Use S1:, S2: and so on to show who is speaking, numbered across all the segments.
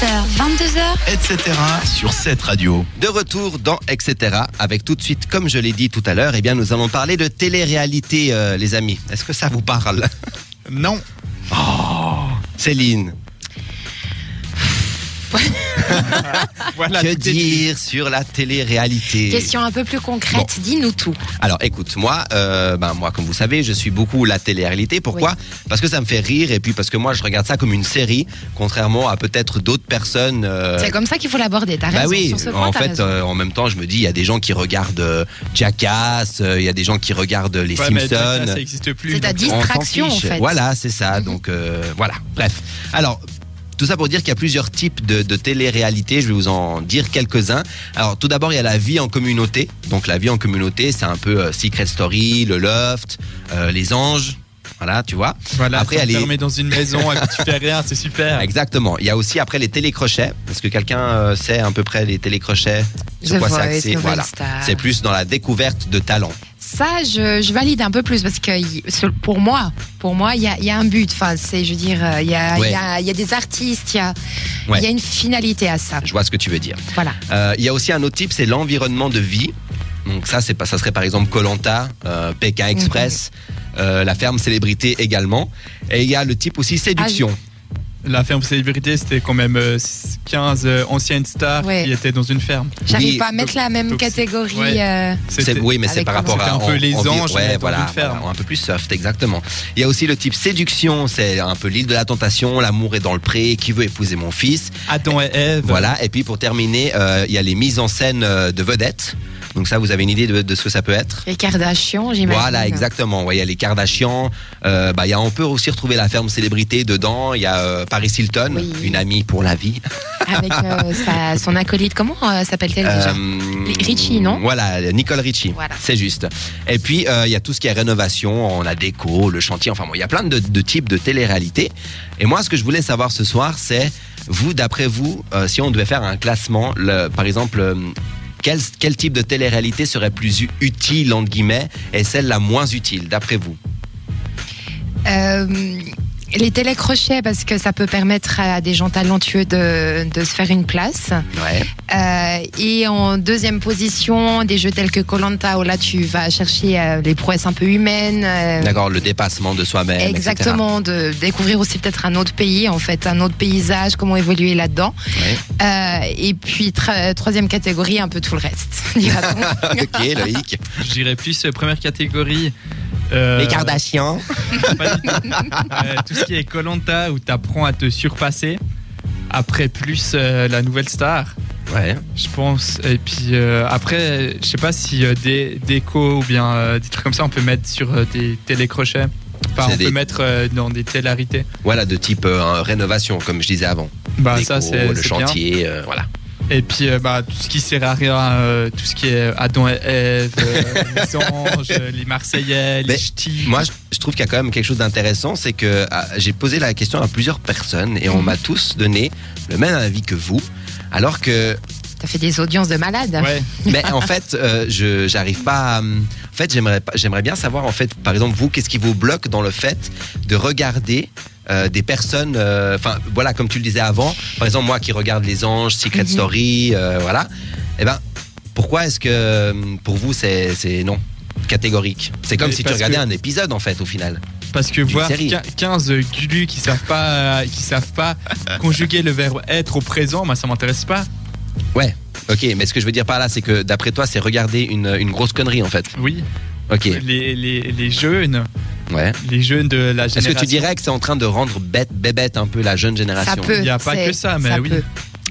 S1: 20h, 22h,
S2: etc. sur cette radio.
S3: De retour dans Etc. Avec tout de suite, comme je l'ai dit tout à l'heure, eh bien, nous allons parler de télé-réalité, euh, les amis. Est-ce que ça vous parle
S2: Non.
S3: Céline,
S2: Voilà.
S3: que
S2: tout est
S3: dire sur la télé-réalité
S1: question un peu plus concrète, dis-nous tout.
S3: Alors écoute, moi, euh, ben, moi, comme vous savez, je suis beaucoup la télé-réalité. Pourquoi Parce que ça me fait rire et puis parce que moi, je regarde ça comme une série, contrairement à peut-être d'autres personnes. euh,
S1: C'est comme ça qu'il faut l'aborder, t'as
S3: bah
S1: raison.
S3: oui,
S1: sur ce point,
S3: en
S1: t'as
S3: fait,
S1: raison.
S3: euh, en même temps, je me dis, il y a des gens qui regardent euh, Jackass, euh, il y a des gens qui regardent euh, Les
S2: Ouais, mais
S3: Simpsons.
S2: ça, ça n'existe plus.
S1: C'est à
S2: donc,
S1: dire-
S3: On s'en
S1: Distraction,
S3: fiche.
S1: en fait. Mhm.
S3: Voilà, c'est ça. Donc euh, voilà, bref. Alors. Tout ça pour dire qu'il y a plusieurs types de, de télé-réalité. Je vais vous en dire quelques-uns. Alors, tout d'abord, il y a la vie en communauté. Donc, la vie en communauté, c'est un peu euh, Secret Story, le Loft, euh, les Anges. Voilà, tu vois.
S2: Voilà,
S3: Après,
S2: après,
S3: elle est-
S2: enfermé dans une maison, à tu fais rien, c'est super.
S3: Exactement. Il y a aussi après les télécrochets. Est-ce que quelqu'un euh, sait à peu près les télécrochets
S1: The
S3: Sur quoi c'est
S1: Voice,
S3: axé
S1: Nouvelle
S3: Voilà.
S1: Star.
S3: C'est plus dans la découverte de talent.
S1: Ça, je, je valide un peu plus parce que y- sur- pour moi, pour moi, il y a, il y a un but. Enfin, c'est, je veux dire, euh, il y a, il y
S3: Ouais.
S1: a- il y a des artistes, il y a,
S3: Ouais.
S1: il y a une finalité à ça.
S3: Je vois ce que tu veux dire.
S1: Voilà.
S3: Euh, Il y a aussi un autre type, c'est l'environnement de vie. Donc ça, c'est pas, ça serait par exemple Colanta, Pékin Express, euh, la ferme célébrité également. Et il y a le type aussi séduction.
S2: La ferme célébrité, c'était quand même euh, 15 euh, anciennes stars
S1: Ouais.
S2: qui étaient dans une ferme.
S1: J'arrive
S3: Oui,
S1: pas à mettre la même
S2: donc-
S1: catégorie.
S2: ouais.
S1: euh,
S3: C'est-
S2: C'était
S3: oui, mais c'est
S1: Avec
S3: par rapport à
S2: Colanta. C'était un peu les
S3: vie-
S2: anges,
S3: ouais,
S2: mais dans
S3: voilà,
S2: une ferme.
S3: voilà, un peu plus soft, exactement. Il y a aussi le type séduction, c'est un peu l'île de la tentation, l'amour est dans le pré, qui veut épouser mon fils.
S2: Adam et Ève.
S3: Voilà, et puis pour terminer, euh, il y a les mises en scène euh, de vedettes. Donc ça, vous avez une idée de, de ce que ça peut être
S1: les Kardashian, j'imagine.
S3: Voilà, exactement. Ouais, Il y a les Kardashians. euh, bah, il y a, on peut aussi retrouver la ferme célébrité dedans. Il y a euh, Paris Hilton,
S1: Oui.
S3: une amie pour la vie.
S1: Avec euh, sa- son acolyte, comment euh, s'appelle-t-elle déjà
S3: Euh,
S1: Li- Richie, non
S3: Voilà, Nicole Richie.
S1: Voilà.
S3: C'est juste. Et puis, euh, il y a tout ce qui est rénovation, on a déco, le chantier. Enfin, bon, il y a plein de, de types de télé-réalité. Et moi, ce que je voulais savoir ce soir, c'est vous, d'après vous, euh, si on devait faire un classement, le- par exemple. euh, quel, quel type de télé-réalité serait plus u- utile, entre guillemets, et celle la moins utile, d'après vous
S1: Euh, les télécrochets, parce que ça peut permettre à des gens talentueux de, de se faire une place.
S3: Ouais.
S1: Euh, et en deuxième position, des jeux tels que Colanta, où là tu vas chercher euh, les prouesses un peu humaines. euh,
S3: D'accord, le dépassement de soi-même. etc.
S1: Exactement, de découvrir aussi peut-être un autre pays, en fait, un autre paysage, comment évoluer là-dedans.
S3: Ouais.
S1: Euh, et puis, tra- troisième catégorie, un peu tout le reste, dira-t-on.
S3: ok, Loïc.
S2: Je dirais plus euh, première catégorie. euh,
S3: Kardashians.
S2: pas du tout. Euh, tout ce qui est Colanta où t'apprends à te surpasser. Après plus euh, la nouvelle star,
S3: Ouais.
S2: je pense. Et puis euh, après, je sais pas si euh, des décos ou bien euh, des trucs comme ça, on peut mettre sur euh, des télécrochets. Enfin,
S3: C'est
S2: on
S3: des-
S2: peut mettre euh, dans des télarités.
S3: Voilà, de type euh, rénovation, comme je disais avant.
S2: Bah
S3: Déco,
S2: ça, c'est
S3: le
S2: c'est bien.
S3: chantier, euh, voilà.
S2: Et puis euh, bah, tout ce qui sert à rien, euh, tout ce qui est Adam et Ève, euh, les anges, euh, les Marseillais, les
S3: Mais
S2: ch'tis.
S3: Moi, je, je trouve qu'il y a quand même quelque chose d'intéressant, c'est que ah, j'ai posé la question à plusieurs personnes et on
S1: Mhm.
S3: m'a tous donné le même avis que vous. Alors que,
S1: T'as fait des audiences de malades.
S2: Ouais.
S3: mais en fait, euh, je j'arrive pas. à, hum, En fait, j'aimerais pas- j'aimerais bien savoir en fait, par exemple, vous, qu'est-ce qui vous bloque dans le fait de regarder euh, des personnes. euh, Enfin, voilà, comme tu le disais avant, par exemple, moi qui regarde Les Anges, Secret
S1: Mhm.
S3: Story, euh, voilà. Eh ben, pourquoi est-ce que hum, pour vous c'est c'est non catégorique C'est comme
S2: Mais
S3: si tu
S2: parce
S3: regardais
S2: que-
S3: un épisode en fait au final.
S2: Parce que voir
S3: série.
S2: quin- 15 gulus qui savent pas, euh, qui savent pas conjuguer le verbe être au présent, moi ça m'intéresse pas.
S3: Ok, mais ce que je veux dire par là, c'est que d'après toi, c'est regarder une, une grosse connerie en fait.
S2: Oui.
S3: Ok,
S2: Les, les, les jeunes,
S3: ouais.
S2: les jeunes de la génération.
S3: Est-ce que tu dirais que c'est en train de rendre bête, bébête un peu la jeune
S1: Ça
S3: génération
S1: peut.
S2: Il y a pas
S1: c'est-
S2: que ça, mais oui.
S1: peut.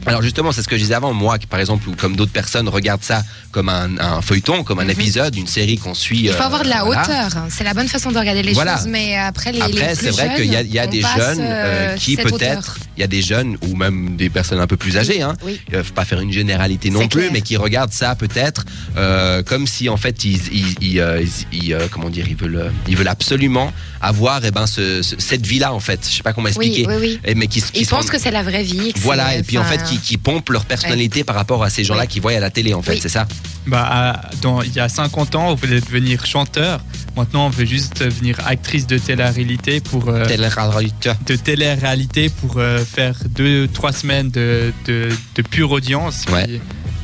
S3: Alors justement, c'est ce que je disais avant, moi, qui, par exemple, ou comme d'autres personnes, regarde ça comme un, un feuilleton, comme un
S1: Mhm.
S3: épisode, une série qu'on suit. euh,
S1: Il faut avoir de la hauteur. C'est la bonne façon de regarder les
S3: Voilà.
S1: choses, mais après, les, les
S3: Après,
S1: plus
S3: c'est vrai
S1: jeunes,
S3: qu'il y a, il y a
S1: on
S3: des
S1: passe,
S3: jeunes
S1: euh,
S3: euh, qui
S1: cette hauteur.
S3: peut-être, il y a des jeunes ou même des personnes un peu plus âgées, hein,
S1: Oui.
S3: euh, faut pas faire une généralité non
S1: C'est
S3: plus,
S1: clair.
S3: mais qui regardent ça peut-être euh, comme si en fait ils, ils- ils, euh, ils- ils, euh, comment dire, ils veulent, ils veulent absolument avoir eh ben ce- ce- cette vie-là en fait. Je sais pas comment
S1: Oui,
S3: expliquer,
S1: oui, oui.
S3: Et mais qui, se- qui
S1: Ils
S3: se
S1: pensent
S3: rendent-
S1: que c'est la vraie vie. que
S3: voilà
S1: c'est- hein,
S3: et puis en
S1: enfin,
S3: fait qui, qui pompent leur personnalité par rapport à ces gens-là
S1: Oui.
S3: qui voient à la télé en fait,
S1: Oui.
S3: c'est ça.
S2: Bah, à- dans, il y a 50 ans, vous voulez devenir chanteur. Maintenant, on veut juste venir actrice de télé-réalité pour euh,
S3: Télé-réalité.
S2: de télé-réalité pour euh, faire deux, trois semaines de, de, de pure audience, et
S3: Ouais.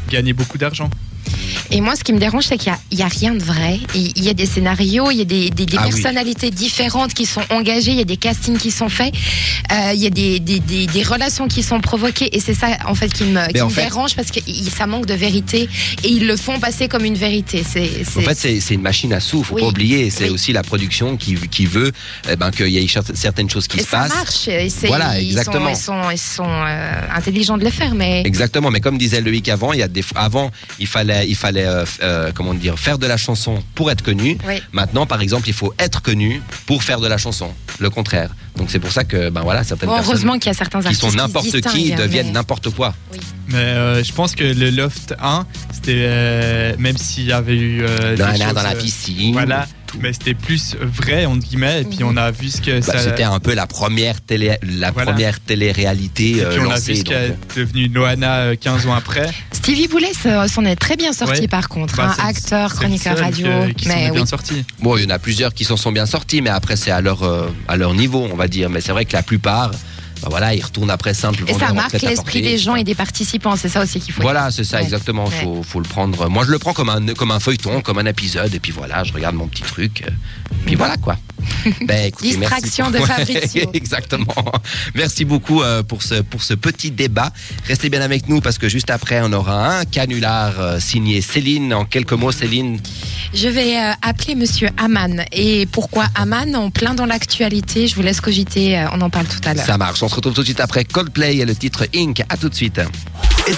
S2: gagner beaucoup d'argent.
S1: Et moi, ce qui me dérange, c'est qu'il n'y a, rien de vrai. Il il y a des scénarios, il y a des, des- des
S3: Ah oui.
S1: personnalités différentes qui sont engagées, il y a des castings qui sont faits, euh, il y a des, des- des- des relations qui sont provoquées. Et c'est ça, en fait, qui me, qui
S3: en
S1: me
S3: fait-
S1: dérange parce que i- ça manque de vérité. Et ils le font passer comme une vérité. C'est,
S3: En
S1: c'est-
S3: fait, c'est c'est une machine à sous, faut
S1: Oui.
S3: pas oublier. C'est
S1: Oui.
S3: aussi la production qui, qui veut eh ben, qu'il y ait cer- certaines choses qui
S1: et
S3: se
S1: ça
S3: passent.
S1: marche. Et c'est-
S3: Voilà,
S1: ils sont-
S3: exactement.
S1: Ils sont, ils sont, euh, intelligents de le faire, mais.
S3: Exactement, mais comme disait Loïc avant, il y a des avant il fallait il fallait euh, f- euh, comment dire faire de la chanson pour être connu.
S1: Oui.
S3: Maintenant, par exemple, il faut être connu pour faire de la chanson, le contraire. Donc c'est pour ça que ben voilà certaines
S1: Bon,
S3: personnes
S1: heureusement qu'il y a certains
S3: qui
S1: artistes
S3: sont n'importe
S1: se
S3: qui
S1: distinguent,
S3: deviennent
S1: hein, mais-
S3: n'importe quoi.
S2: Mais euh, je pense que le Loft 1, c'était euh, même s'il y avait eu euh,
S3: Dans, la-
S2: des
S3: dans
S2: choses,
S3: la
S2: euh,
S3: piscine.
S2: voilà, mais c'était plus vrai entre guillemets. Et puis
S1: Mhm.
S2: on a vu ce que
S3: Bah,
S2: ça.
S3: C'était un peu la première télé la
S2: Voilà.
S3: première télé-réalité
S2: Et
S3: euh,
S2: puis on a
S3: lancée.
S2: vu ce
S3: donc,
S2: qu'est devenu Noana euh, 15 ans après.
S1: Stevie Boulet se- s'en est très bien sorti
S2: Ouais.
S1: par contre.
S2: Bah,
S1: hein.
S2: c'est le-
S1: acteur,
S2: C'est le
S1: chroniqueur
S2: seul
S1: radio.
S2: que- qui s'en
S1: mais
S2: est
S1: oui.
S2: bien sorti.
S3: Bon, il y en a plusieurs qui s'en sont bien sortis, mais après, c'est à leur, euh, à leur niveau, on va dire. Mais c'est vrai que la plupart, bah voilà, ils retournent après simple.
S1: Et
S3: vendeur
S1: ça
S3: en
S1: marque
S3: prêt-à-porter.
S1: l'esprit des gens et des participants, c'est ça aussi qu'il faut.
S3: Voilà, c'est ça,
S1: Ouais.
S3: exactement.
S1: Ouais.
S3: Faut, faut le prendre. Moi, je le prends comme un, comme un feuilleton, comme un épisode. Et puis voilà, je regarde mon petit truc. euh, Puis voilà, quoi. Ben, écoutez, merci
S1: Distraction de
S3: pour-
S1: Fabrizio.
S3: exactement. Merci beaucoup euh, pour ce, pour ce petit débat. Restez bien avec nous parce que juste après, on aura un canular euh, signé Céline. En quelques mots, Céline.
S1: Je vais euh, appeler Monsieur Aman. Et pourquoi Aman En plein dans l'actualité. Je vous laisse cogiter. euh, on en parle tout à l'heure.
S3: Ça marche. On se retrouve tout de suite après Coldplay et le titre Inc. À tout de suite.
S4: etc.